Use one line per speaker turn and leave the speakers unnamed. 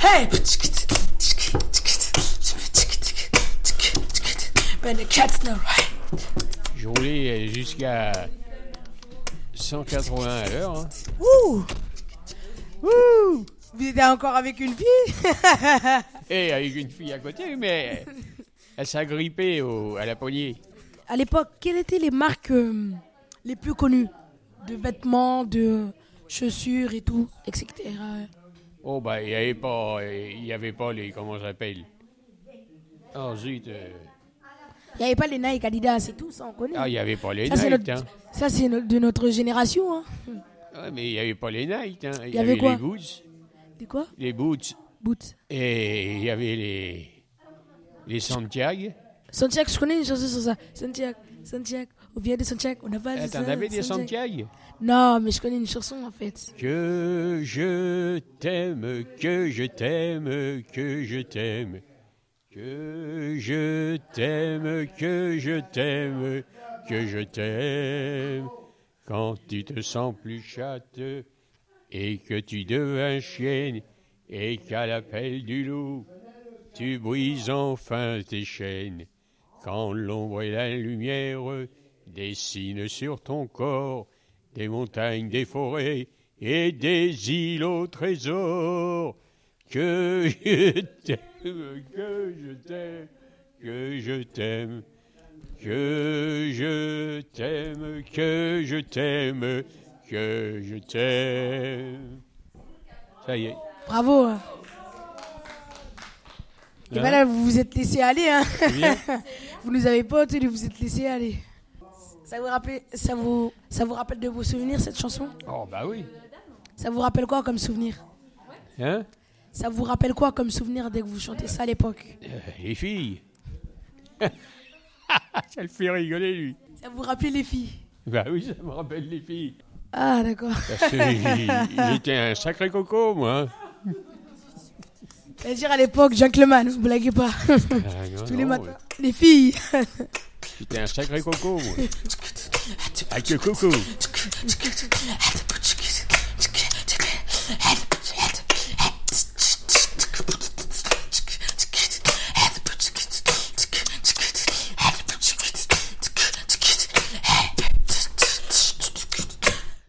Hey! But the cat's not right.
J'ai roulé euh, jusqu'à 180 à l'heure. hein.
Ouh! Ouh! Vous êtes encore avec une fille?
Et euh, avec une fille à côté, mais euh, elle s'est agrippée au- à la poignée.
à l'époque, quelles étaient les marques euh, les plus connues de vêtements, de chaussures et tout, etc.
Oh, bah, il n'y avait pas, euh, il y avait pas les, comment ça s'appelle Oh, zut. euh,
Il n'y avait pas les Nike, Adidas et tout, ça on connaît.
Ah, il n'y avait pas les
ça, c'est
Nike,
notre-
hein.
ça, c'est no- de notre génération. Hein.
Ah, mais il n'y avait pas les Nike, hein. Il
y avait quoi
les boots.
De quoi
Les boots.
Boots.
Et il y avait les... Les Santiago.
Santiago, je connais une chanson sur ça. Santiago, Santiago, on vient de Santiago, on n'a pas
Ah,
de
T'en
San-
avais des Santiago
Non, mais je connais une chanson en fait.
Que je t'aime, que je t'aime, que je t'aime. Que je t'aime, que je t'aime, que je t'aime. Quand tu te sens plus chatte et que tu deviens chienne et qu'à l'appel du loup, tu brises enfin tes chaînes. Quand l'ombre et la lumière dessinent sur ton corps des montagnes, des forêts et des îles au trésor. Que je t'aime, que je t'aime, que je t'aime, que je t'aime, que je t'aime, que je t'aime. Ça y est.
Bravo. hein. Et
Hein
ben là, vous vous êtes laissé aller. Hein.
C'est bien
Vous nous avez pas tenus, vous vous êtes laissé aller. Ça vous, rappelle, ça, vous, ça vous rappelle de vos souvenirs cette chanson
Oh bah oui.
Ça vous rappelle quoi comme souvenir
Hein
Ça vous rappelle quoi comme souvenir dès que vous chantez ça à l'époque
Euh, Les filles. ça le fait rigoler lui.
Ça vous rappelle les filles
Bah oui, ça me rappelle les filles.
Ah d'accord.
Parce que j'- j'étais un sacré coco, moi.
C'est-à-dire à l'époque, gentleman, vous blaguez pas.
Ah, non,
Tous les
non,
matins. Les filles
J'étais un sacré coco, moi. Avec le coco.